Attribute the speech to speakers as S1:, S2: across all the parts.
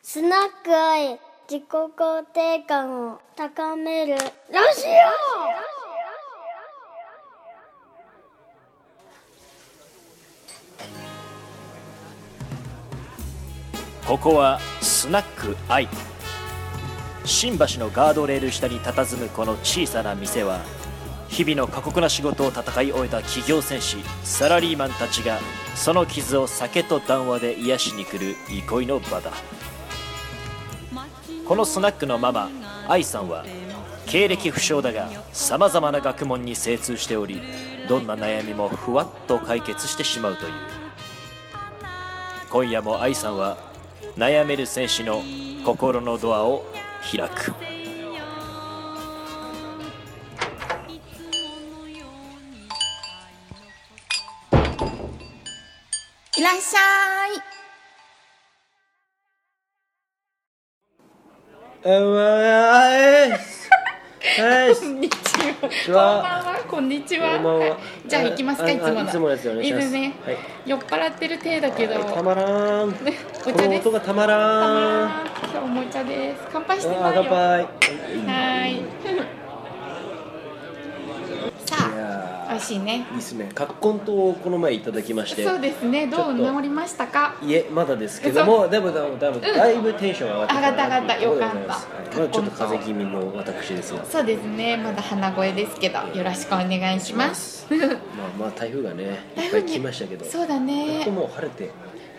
S1: スナック愛、自己肯定感を高める。ラジ
S2: ここはスナックアイ新橋のガードレール下に佇むこの小さな店は日々の過酷な仕事を戦い終えた企業戦士サラリーマンたちがその傷を酒と談話で癒しに来る憩いの場だこのスナックのママ愛さんは経歴不詳だがさまざまな学問に精通しておりどんな悩みもふわっと解決してしまうという今夜も愛さんは悩める選手の心のドアを開く
S3: いらっしゃい。
S4: えー、えー、えー、こんにち
S5: こんばん
S4: は。
S5: は、こんにちは。
S4: こんばんは
S5: じゃあ行きますか、
S4: あ
S5: いつもの。
S4: あいつものやつでお願いします
S5: いね
S4: はい
S5: 酔っ払ってる体だけど。
S4: たまらん。
S5: ねお
S4: こ
S5: 茶
S4: の
S5: です。
S4: 音がたま
S5: たま
S4: ら
S5: ら
S4: ん。あ
S5: ん今日もお茶です。乾杯してないよ。
S4: ー、乾杯。
S5: はーい。さ
S4: いや
S5: あ、美味しいね。
S4: ーいいですね。カッコン糖をこの前いただきまして。
S5: そうですね。どう
S4: ちょっと
S5: 治りましたか。
S4: いえ、まだですけども、でも、でも、でも、だいぶテンション上がってき
S5: 上がった
S4: なということでござい
S5: 上が
S4: ま
S5: っ
S4: す
S5: た
S4: はい
S5: よかった
S4: まあちょっと風邪気味の私ですが。
S5: そうですね。まだ鼻声ですけど、よろしくお願いします。
S4: まあ、まあ、台風がね、いっぱい来ましたけど。
S5: そうだ
S4: やっ
S5: ね
S4: と。もう晴れて、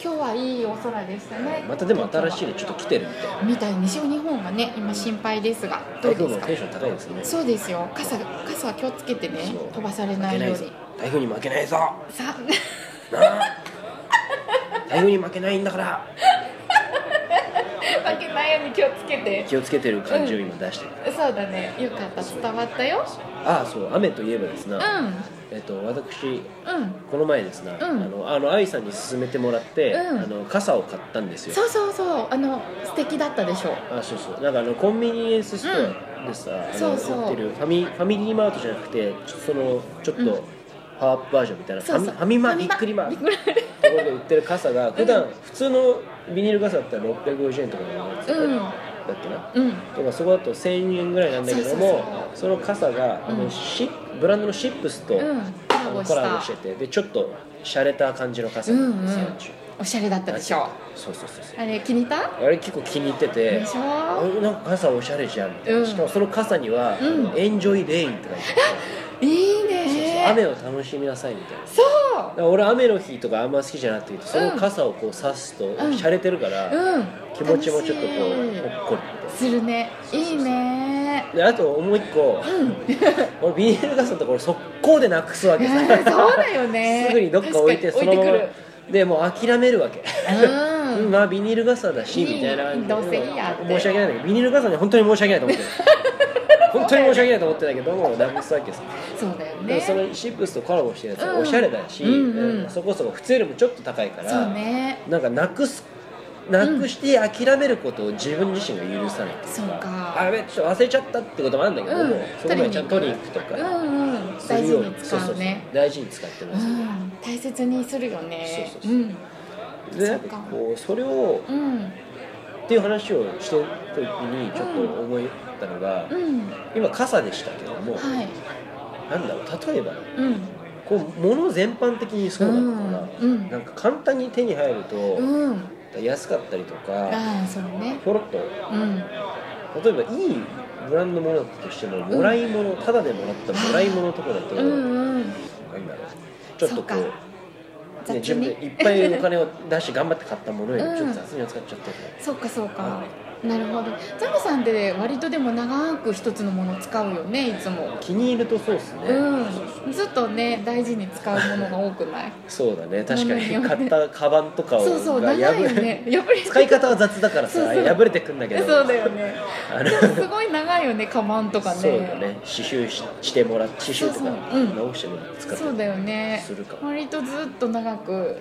S5: 今日はいいお空でしたね。
S4: またでも新しいのちょっと来てるみたいな。
S5: みたいに西日本はね、今心配ですが、ど
S4: 台
S5: う
S4: 風
S5: です
S4: の
S5: か
S4: テン。ション高いですね。
S5: そうですよ傘傘は気をつけてね
S4: そう
S5: 飛ばされないように
S4: 負けぞ台風に負けないぞな
S5: さ
S4: あ台風に負けないんだから
S5: 負けないように気をつけて
S4: 気をつけてる感じを今出してる、
S5: そうだねよかった伝わったよ
S4: ああそう雨といえばですな、
S5: うん
S4: えっと私
S5: うん
S4: この前ですな、
S5: うん
S4: あのあの愛さんに勧めてもらって、
S5: うん
S4: あの傘を買ったんですよ
S5: そうそうそうあの素敵だったでしょ
S4: あそうそうなんかあのコンビニエンスストアでさ、あの
S5: そうそう
S4: 売ってるファミファミリーマートじゃなくてちょそのちょっと、パワーアップバージョンみたいな
S5: そうそう
S4: ファミファミマ
S5: ファ
S4: び
S5: ミ
S4: っ
S5: マ
S4: くりマー
S5: びっ
S4: とこ
S5: くり
S4: ろで売ってる傘が普段、普通のビニール傘だったら650円とかなんですよ、
S5: うん
S4: だっけな、
S5: うん
S4: とかそこだと1000円ぐらいなんだけどもそ
S5: そ
S4: の
S5: うそう
S4: 傘が、あ
S5: う
S4: の
S5: ん
S4: シッブランドのシップスと、
S5: うんコラボした
S4: コラボしててでちょっと洒落た感じの傘
S5: う
S4: なんん
S5: う
S4: ですよ、
S5: んおしゃれだったでしょ
S4: そうそうそうそう
S5: あれ気に入った
S4: あれ結構気に入ってて
S5: でしょ
S4: あなんか傘おしゃれじゃんみたいな、
S5: うん
S4: しかもその傘には「
S5: うん
S4: あのエンジョイ・レイン」って書いて
S5: いい
S4: あ
S5: ね
S4: る、雨を楽しみなさいみたいなだ
S5: そう
S4: から俺雨の日とかあんま好きじゃなくてその
S5: うん
S4: 傘をこう差すと
S5: ん
S4: 洒落てるから、
S5: うん
S4: 気持ちもちょっとこ
S5: 楽し
S4: う
S5: い
S4: ほっこりって
S5: するねいいね
S4: であともう一個、俺ビニール傘のところ速攻でなくすわけさ、
S5: うんそうだよね
S4: すぐにどっか置いてそ
S5: 確か
S4: の
S5: に
S4: まま
S5: 置いて
S4: でもう諦めるわけ、
S5: くるうん
S4: うんまあビニール傘だし
S5: いい
S4: みたいな
S5: どうせいいやって
S4: 申し訳ないんだけどビニール傘に本当に申し訳ないと思って る本当に申し訳ないと思ってたけどもなくすわけさ、
S5: そうだよ
S4: でも
S5: ね
S4: そのシップスとコラボしてるやつ
S5: うん
S4: おしゃれだし、
S5: うんうん
S4: うんそこそこ普通よりもちょっと高いから
S5: そうね
S4: なんかなくすなくして諦めることを自分自身が許さないってい
S5: そうか
S4: あやべちょっと忘れちゃったってこともあるんだけども、
S5: うん
S4: その前にちゃんと取りに行くとか、
S5: うんうん
S4: す
S5: 大
S4: る
S5: 事
S4: よう
S5: に使
S4: そうそ
S5: ね
S4: そ大事に使ってます、
S5: うん大切にするよね
S4: そう
S5: う
S4: そうそうんでな
S5: そうんか
S4: かこうそれを
S5: うん
S4: っていう話をしてる時にちょっと思ったのが、
S5: うん
S4: 今傘でしたけども、
S5: はい
S4: なんだろう例えば
S5: うん
S4: こう物全般的にそうだったから、
S5: うんうん
S4: なんか簡単に手に入ると、
S5: うん
S4: 安かったりとか
S5: ああそうね
S4: ひょろっと
S5: うん
S4: 例えばいいブランドものだったとしてももらい物、ただでもらったもらい物とかだと、
S5: う
S4: なん
S5: んう
S4: だ
S5: ん
S4: ろうちょっとこ
S5: そう
S4: う、
S5: 雑
S4: ね、
S5: に
S4: 自分でいっぱいお金を出して頑張って買ったものよりちょっと雑に扱っちゃってる
S5: そうかそうかなるほどザムさんって割とでも長く一つのもの使うよねいつも
S4: 気に入るとそうっすね、
S5: うんずっとね大事に使うものが多くない
S4: そうだね確かに
S5: 物
S4: 買
S5: に
S4: った
S5: よ
S4: カバンとかを
S5: そうそう
S4: が
S5: 長いよ
S4: 破れ
S5: ねやっぱり
S4: 使い方は雑だからさ
S5: そうそう
S4: 破れてくんだけど
S5: そうだよね
S4: あの
S5: でもすごい長いよねカバンとかね
S4: そうだね刺繍ししてもらって刺繍とか
S5: そうそううん
S4: 直してもらって使って
S5: そうだよね
S4: するか
S5: 割とずっと長く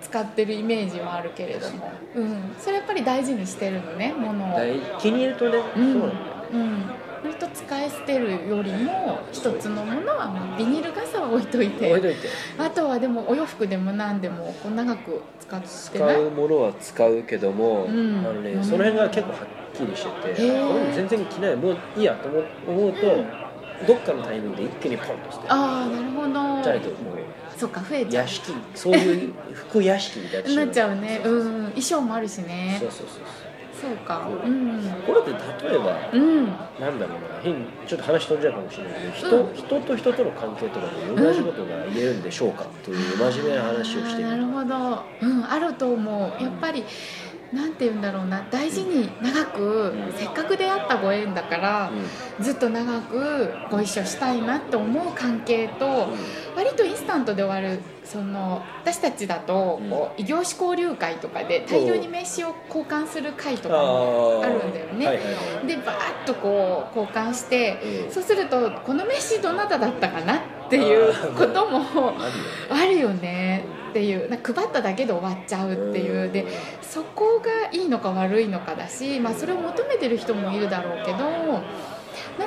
S5: 使ってるイメージはあるけれども、うん、それやっぱり大事にしてるのねものを
S4: だい気に入るとね、
S5: うん
S4: そうなんだよね
S5: うん割と使い捨てるよりも一つのものはまあビニール傘は置いとい
S4: 置いと
S5: て
S4: いて
S5: あとはでもお洋服でも何でもこう長く使ってな
S4: 使
S5: いう
S4: ものは使うけども、
S5: うん
S4: あのね、
S5: うん
S4: その辺が結構はっきりしてて、
S5: へー
S4: 俺も全然着ないもういいやと思う思うと、
S5: うん
S4: どっかのタイミングで一気にポンとして
S5: ああなるほ
S4: じゃないと
S5: ど
S4: もう
S5: そうか増えちゃ
S4: 屋敷そういう服屋敷みたいに
S5: うなっちゃうねう
S4: そうん
S5: 衣装もあるしね
S4: そうそうそう
S5: そうかうん
S4: これって例えば
S5: うん
S4: なんだろうな変にちょっと話飛んじゃうかもしれないけど人,、
S5: うん
S4: 人と人との関係とかで同じことが言えるんでしょうかという真面目な話をして
S5: あー
S4: る
S5: なるほど、うん、あると思うやっぱりなんて言うんだろうな大事に長く、
S4: うん
S5: せっかく出会ったご縁だから、ずっと長くご一緒したいなと思う関係と割とインスタントで終わるその私たちだと
S4: うん
S5: こう異業種交流会とかで大量に名刺を交換する会とかもあるんだよね、
S4: はいはいはい
S5: でバーッとこう交換して
S4: うん
S5: そうするとこの名刺どなただったかなっていうことも
S4: あるよね
S5: あるよねっていうなんか配っただけで終わっちゃうっていうでそこがいいのか悪いのかだし、まあ、それを求めてる人もいるだろうけどなん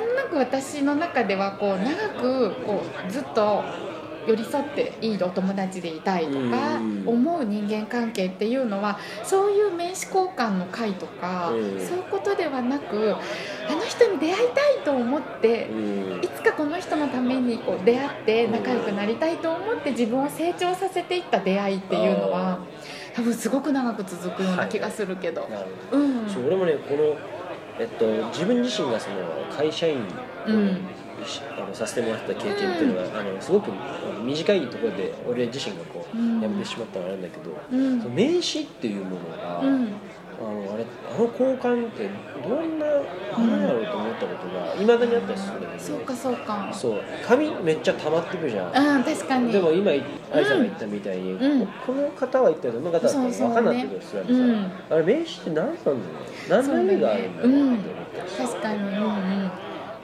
S5: となく私の中ではこう長くこうずっと寄り添っていいお友達でいたいとか
S4: うん
S5: 思う人間関係っていうのはそういう名刺交換の会とかそううんいうことではなくあの人に出会いたいと思って
S4: うん
S5: いつかこの人のためにこう出会って仲良くなりたいと思って自分を成長させていった出会いっていうのは多分すごく長く続くような気がするけど、
S4: なるほ
S5: うん
S4: どそう俺もねこの、えっと、自分自身がその会社員を、
S5: うん
S4: しあのさせてもらった経験っていうのが、あのすごくあの短いところで俺自身がこう、
S5: うん
S4: やめてしまったのはあれなんだけど、
S5: うん
S4: その名刺っていうものが、
S5: うん
S4: あのあれあの交換ってどんなものやろうと思ったことがいまだにあったりするんだけど、
S5: そうかそうか
S4: そう紙めっちゃ溜まってくじゃん
S5: うん確かに
S4: でも今愛さんが言ったみたいに、
S5: うん
S4: この方は一体どんな方だったのか分かんないってことするわけ
S5: う
S4: さ、
S5: ん
S4: あれ名刺って何なんだろう何の意味があるんだろうって思ったりして、
S5: 確かにうんうん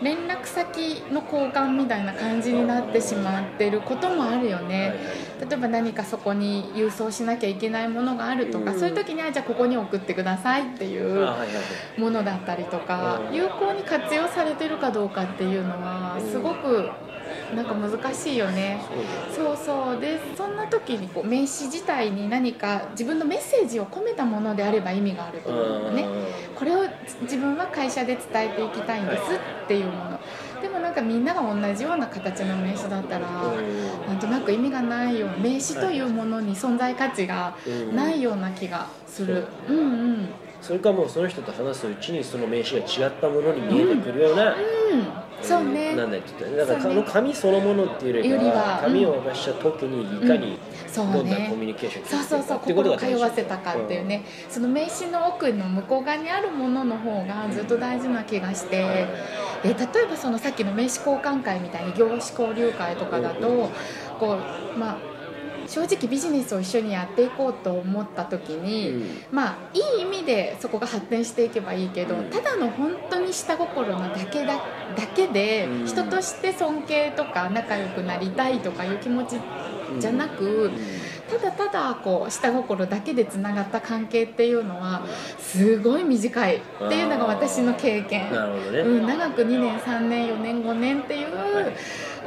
S5: 連絡先の交換みたいな感じになってしまってることもあるよね、
S4: はいはい
S5: 例えば何かそこに郵送しなきゃいけないものがあるとか、
S4: うん
S5: そういう時にはじゃあここに送ってくださいってい
S4: あ
S5: う
S4: はいはいはい
S5: ものだったりとか、
S4: うん
S5: 有効に活用されてるかどうかっていうのは
S4: うん
S5: すごくなんか難しいよね。
S4: そうだ
S5: そうそうでそんな時にこう名刺自体に何か自分のメッセージを込めたものであれば意味があると思うのね。これを自分は会社で伝えていきたいんですっていうものでもなんかみんなが同じような形の名刺だったら
S4: う
S5: なんとなく意味がないような名刺というものに存在価値が
S4: んうん
S5: ないような気がする
S4: う
S5: うんんうんうん
S4: それかもうその人と話すうちにその名刺が違ったものに見えてくるような、
S5: そうね
S4: なんだよって言ったらだから
S5: そう
S4: あ
S5: ね
S4: の紙そのものっていうより
S5: より
S4: は
S5: は
S4: 紙を渡した時にいかに
S5: そ
S4: ど
S5: うん
S4: な
S5: ね
S4: コミュニケーションを
S5: そう
S4: って
S5: そ
S4: いう
S5: そ
S4: か
S5: う
S4: っていうこと
S5: 心
S4: が
S5: 通
S4: 大事
S5: わせたかっていうね、その名刺の奥の向こう側にあるものの方がずっと大事な気がして、
S4: うん
S5: で例えばそのさっきの名刺交換会みたいに業種交流会とかだとこう、まあ、正直ビジネスを一緒にやっていこうと思った時に、
S4: うん
S5: まあ、いい意味でそこが発展していけばいいけど、
S4: うん
S5: ただの本当に下心なだけだだけで、
S4: うん
S5: 人として尊敬とか仲良くなりたいとかいう気持ちじゃなく、ただただこう下心だけでつながった関係っていうのはすごい短いっていうのが私の経験。
S4: なるほどね、
S5: うん、長く2年3年4年5年っていう
S4: い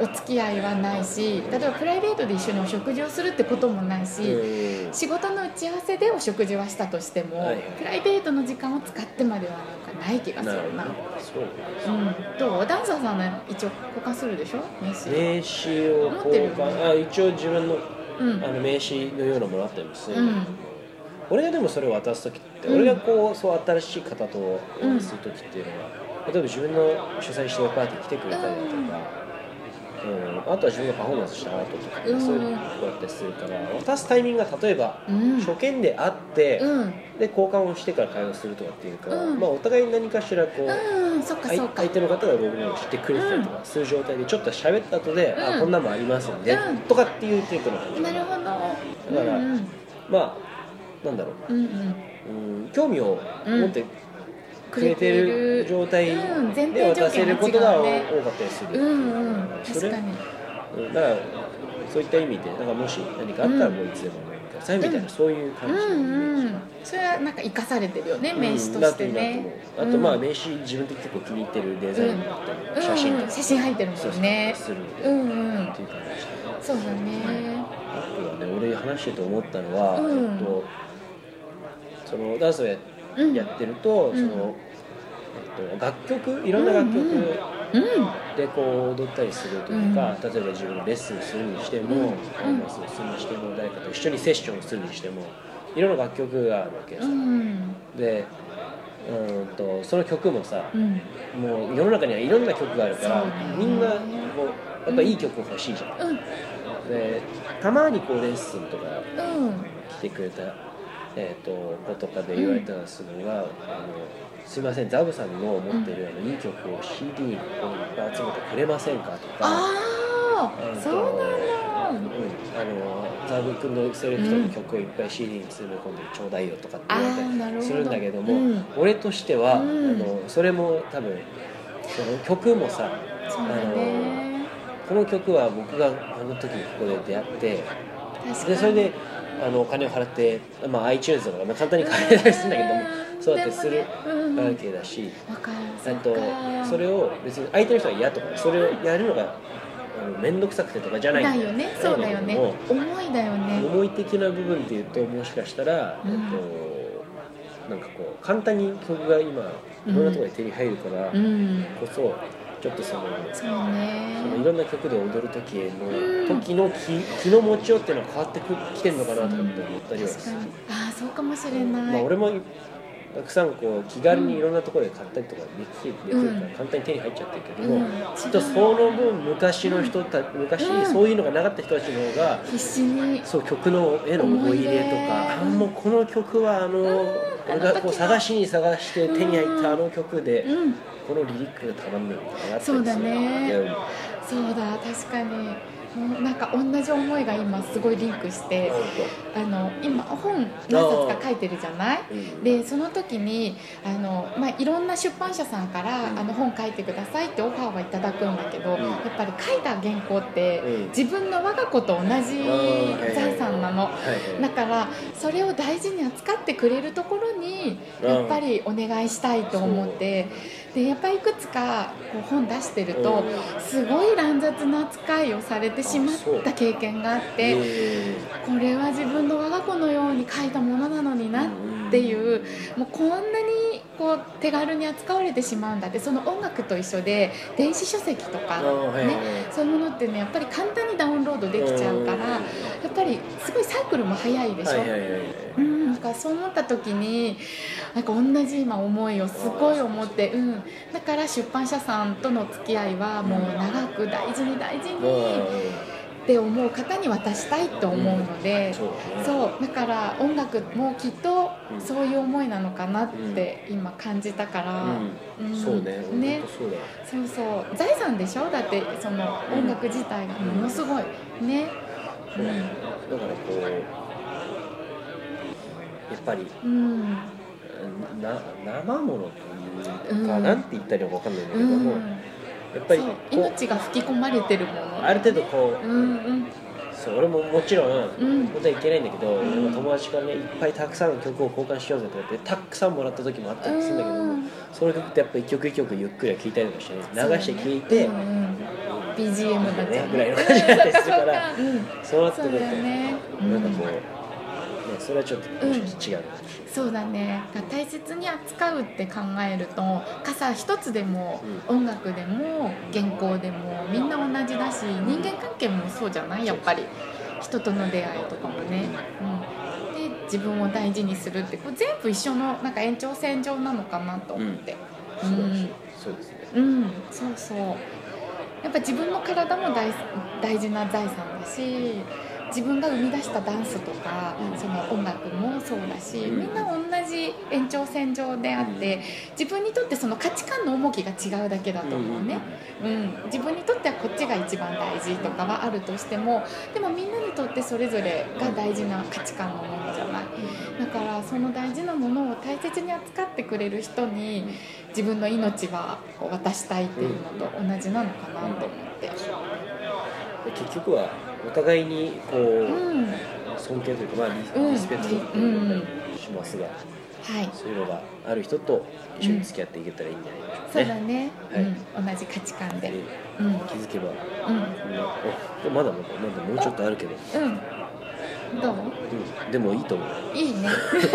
S5: お付き合いはないし例えばプライベートで一緒にお食事をするってこともないし、
S4: うん
S5: 仕事の打ち合わせでお食事はしたとしても、
S4: はいはい
S5: プライベートの時間を使ってまではなんかない気がす
S4: なるほど
S5: るな
S4: ねそう
S5: うん、どうダンサーさんの一応交換するでしょ名刺、
S4: 名刺を
S5: 持ってる
S4: 交
S5: よね
S4: 換あ一応自分の
S5: う
S4: あ
S5: ん
S4: の名刺のようなものあったりもする
S5: うん
S4: だけど、
S5: ん
S4: 俺がでもそれを渡す時って、
S5: うん
S4: 俺がこうそう新しい方とお会いする時っていうのは、例えば自分の主催してるパーティー来てくれたりだとか、うんあとは自分がパフォーマンスした後とか、
S5: うん
S4: そういうことやったりするから渡すタイミングが例えば、
S5: うん
S4: 初見で会って、
S5: うん
S4: で交換をしてから会話するとかっていうか、
S5: うん
S4: まあ、お互いに何かしらこう、
S5: うんそっか
S4: 相
S5: そっか
S4: 相手の方が僕のを知ってくれてたりとか、する状態でちょっと喋った後で、
S5: う
S4: あ
S5: ん
S4: こんなんもありますんで、
S5: うん
S4: とかっていうテイクの感じ
S5: なるほど
S4: だから
S5: うんうん
S4: まあなんだろう
S5: うんうん
S4: うん興味を持ってくれてる状態
S5: うん
S4: で
S5: 前提
S4: 渡
S5: 条
S4: せ
S5: 件が違
S4: るこ
S5: う
S4: とが多
S5: ね
S4: かったりする、
S5: うんうん
S4: それ
S5: 確かに
S4: うんだからそういった意味でだからもし何かあったらもういつでも、くださいみたいな、
S5: うん
S4: そういう感
S5: う
S4: じのイメ
S5: ん
S4: ー
S5: う
S4: ジ
S5: んそれはなんか生かされてるよね名刺と
S4: だ
S5: し
S4: と
S5: て
S4: いいなと思
S5: ね
S4: うあとまあ
S5: うん
S4: 名刺自分的に結構気に入ってるデザインだったり、
S5: うん
S4: 写真とか、
S5: 写真入ってるもんね
S4: そうそうするので、
S5: うんうん
S4: っていう感じで
S5: そうだね
S4: あとはね俺話してて思ったのは、
S5: うん
S4: えっと、そのダンスをや,、
S5: うん
S4: ってると、
S5: ん
S4: そのえっと、楽曲いろんな楽曲
S5: うんうん
S4: でこう踊ったりするとか、
S5: う
S4: 例え
S5: ん
S4: ば自分のレッスンするにしても、
S5: うん
S4: パフォーマンスをするにしても誰かと一緒にセッションをするにしてもいろんな楽曲があるわけで
S5: う
S4: す、
S5: ん
S4: でうーんとその曲もさ、
S5: うん
S4: もう世の中にはいろんな曲があるから、
S5: そうね
S4: みんなこうやっぱいい曲欲しいじゃん、
S5: うん
S4: でたまにこうレッスンとか
S5: うん
S4: 来てくれた、えー、と子とかで言われたらするのが、あのすいませんザブさんの持ってる、あのいい曲を CD をいっぱい集めてくれませんかとか。
S5: あ
S4: えー
S5: あ
S4: と
S5: そうな
S4: うん
S5: だ
S4: あのザブ君のセレクトの曲をいっぱい CD に詰め込んでちょうだいよとかって言わ
S5: あーな
S4: れたり
S5: るほど
S4: するんだけども
S5: うん
S4: 俺としては、
S5: うん
S4: あのそれも多分その曲もさ
S5: そうだね
S4: この曲は僕があの時ここで出会って
S5: 確か
S4: で
S5: に
S4: それであのお金を払って、まあ、iTunes とか、まあ、簡単に買えたりするんだけども
S5: うん
S4: そうやってする
S5: でもねうん
S4: わけだし、
S5: わかる
S4: えっと
S5: か
S4: それを別に相手の人が嫌とかそれをやるのがあの面倒くさくてとかじゃない
S5: ないよねそうだよ
S4: ない
S5: ね
S4: んだ
S5: 思いだよ
S4: けども
S5: ね
S4: 思い的な部分で言うともしかしたら、
S5: うん
S4: えっと、なんかこう簡単に曲が今いろんなところで手に入るからこ
S5: うん
S4: そ、ちょっとその。
S5: そう
S4: その
S5: ね
S4: いろんな曲で踊る時の、
S5: うん
S4: 時の気気の持ちようっていうのは変わってくきてんのかなとかって思ったりは
S5: 確
S4: する
S5: かにああそうかもしれ
S4: ま
S5: な
S4: あ、
S5: い
S4: 俺もたくさんこう気軽にいろんなところで買ったりとかできる,、できるから
S5: うん
S4: 簡単に手に入っちゃってるけど
S5: う
S4: も、
S5: ん
S4: きっとその分昔の人た、昔
S5: うん
S4: そういうのがなかった人たちの方が、
S5: 必死に
S4: そう曲の絵の思い入れとかあ
S5: 思い入れ
S4: もうこの曲はあの、俺がこう探しに探して手に入ったあの曲で、
S5: うん
S4: このリリックがたまんないみたいなのがあったりす
S5: そ
S4: る
S5: うだね
S4: いや
S5: そうだ確かにもうなんか同じ思いが今すごいリンクして
S4: ほん
S5: あの今本何冊か書いてるじゃない
S4: とうん
S5: でその時にあの、まあ、いろんな出版社さんから、
S4: うん
S5: あの本書いてくださいってオファーはいただくんだけど、
S4: うん
S5: やっぱり書いた原稿って、
S4: うん
S5: 自分の我が子と同じ財産なの
S4: は。いは
S5: だ
S4: い
S5: からそれを大事に扱ってくれるところに
S4: うん
S5: やっぱりお願いしたいと思ってでやっぱりいくつかこう本出してると
S4: う
S5: すごい乱雑な扱いをされてしまった経験があって
S4: で
S5: これは自分の我が子のように書いたものなのになっていうもうこんなにこう手軽に扱われてしまうんだってその音楽と一緒で電子書籍とか、ね、そういうものってねやっぱり簡単にダウンロードできちゃうからやっぱりすごいサイクルも早いでし
S4: は
S5: ょ。
S4: いはいはいはい
S5: うん、なんかそう思った時になんか同じ今思いをすごい思って、うん、だから出版社さんとの付き合いはもう長く大事に大事にって思う方に渡したいと思うので、
S4: そうだね
S5: そうだから音楽もきっと
S4: うん
S5: そういう思いなのかなって今感じたから、
S4: うん
S5: うん
S4: そうね
S5: ね
S4: 本当そうだよ
S5: そうそう財産でしょだってその音楽自体がものすごいね
S4: そうだねだからこうやっぱり
S5: うん
S4: な生ものという
S5: う
S4: か
S5: ん
S4: なんて言ったらいいのかわかんないんだ
S5: う
S4: けども
S5: ん
S4: やっぱ
S5: そう
S4: りこう
S5: 命が吹き込まれてるもの
S4: ある程度こ
S5: う
S4: うん
S5: うん
S4: そう俺ももちろん
S5: うん
S4: 本当はいけないんだけど、
S5: ん
S4: 俺も友達からねいっぱいたくさんの曲を交換しようぜとかってたくさんもらった時もあったりするんだけども、
S5: うん
S4: その曲ってやっぱ一曲一曲ゆっくりは聴いたりとかしてね流して聴いて、
S5: うんうん、BGM だった
S4: ねぐらいの感じだったりするから
S5: うん
S4: そうなって く
S5: そう
S4: ると、
S5: だよね
S4: なんかこう、
S5: うん
S4: ね、それはちょっともしかして違う、
S5: そうだねが大切に扱うって考えると傘一つでも、音楽でも原稿でもみんな同じだし人間関係もそうじゃないやっぱり人との出会いとかもね、うん、で自分を大事にするってこう全部一緒のなんか延長線上なのかなと思って。
S4: 素晴らしい
S5: うん
S4: そうですね
S5: うん、そうそうやっぱ自分の体も大大事な財産だし自分が生み出したダンスとか、
S4: うん
S5: その音楽もそうだし、
S4: うん
S5: みんな同じ延長線上であって、自分にとってその価値観の重きが違うだけだと思うね、うん自分にとってはこっちが一番大事とかはあるとしてもでもみんなにとってそれぞれが大事な価値観のものじゃないだからその大事なものを大切に扱ってくれる人に自分の命はこう渡したいっていうのと同じなのかなと思って
S4: で結局はお互いにこう、
S5: うん、
S4: う尊敬というか、まあ、リ
S5: うん
S4: リスペクトって
S5: う
S4: いうんかしますが、
S5: はい
S4: そういうのがある人と一緒に付き合っていけたらいいんじゃないでしょうか
S5: そうだ
S4: ね。
S5: ね、
S4: はい
S5: うん、同じ価値観で、
S4: え
S5: うんうん
S4: ー気づけば、みんなおでもまだまだまだもうちょっとあるけど、
S5: うんどう
S4: うんでもいいと思う
S5: いいね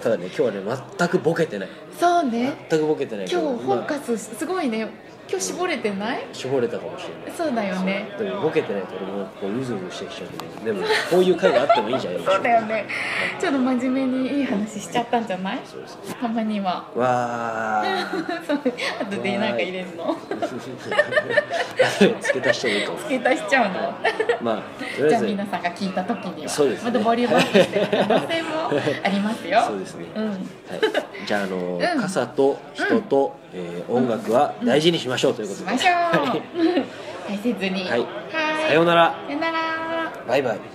S4: ただね今日はね全くボケてない
S5: そうね
S4: 全くボケてないけ
S5: 今
S4: ど
S5: 日フォー
S4: ま
S5: カスすごいね今日絞れてない
S4: あ絞れたかもしれない
S5: そうだよね
S4: でもボケてないと俺もこううずうずしてきちゃうけどでもこういう回があってもいいんじゃないでしょ
S5: そうう
S4: か
S5: だよねちょっと真面目にいい話しちゃったんじゃない
S4: そうです
S5: たまには
S4: わー
S5: そうあとでなんか入れるの
S4: 付け足してもいいと思う
S5: 付け足しちゃうの
S4: まあとりあ
S5: じゃあ
S4: えず
S5: 皆さんが聞いた時には
S4: そうですね
S5: またボリュームアップしてる可能性もありますよ
S4: そうですね、
S5: う
S4: は
S5: ん
S4: い、じゃああの、
S5: ん
S4: 傘と人と、えー音楽は大事にしましょうということ
S5: し
S4: で、
S5: ましょう
S4: はい
S5: 大切に
S4: はい
S5: はーい
S4: さようなら
S5: さよなら
S4: バイバイ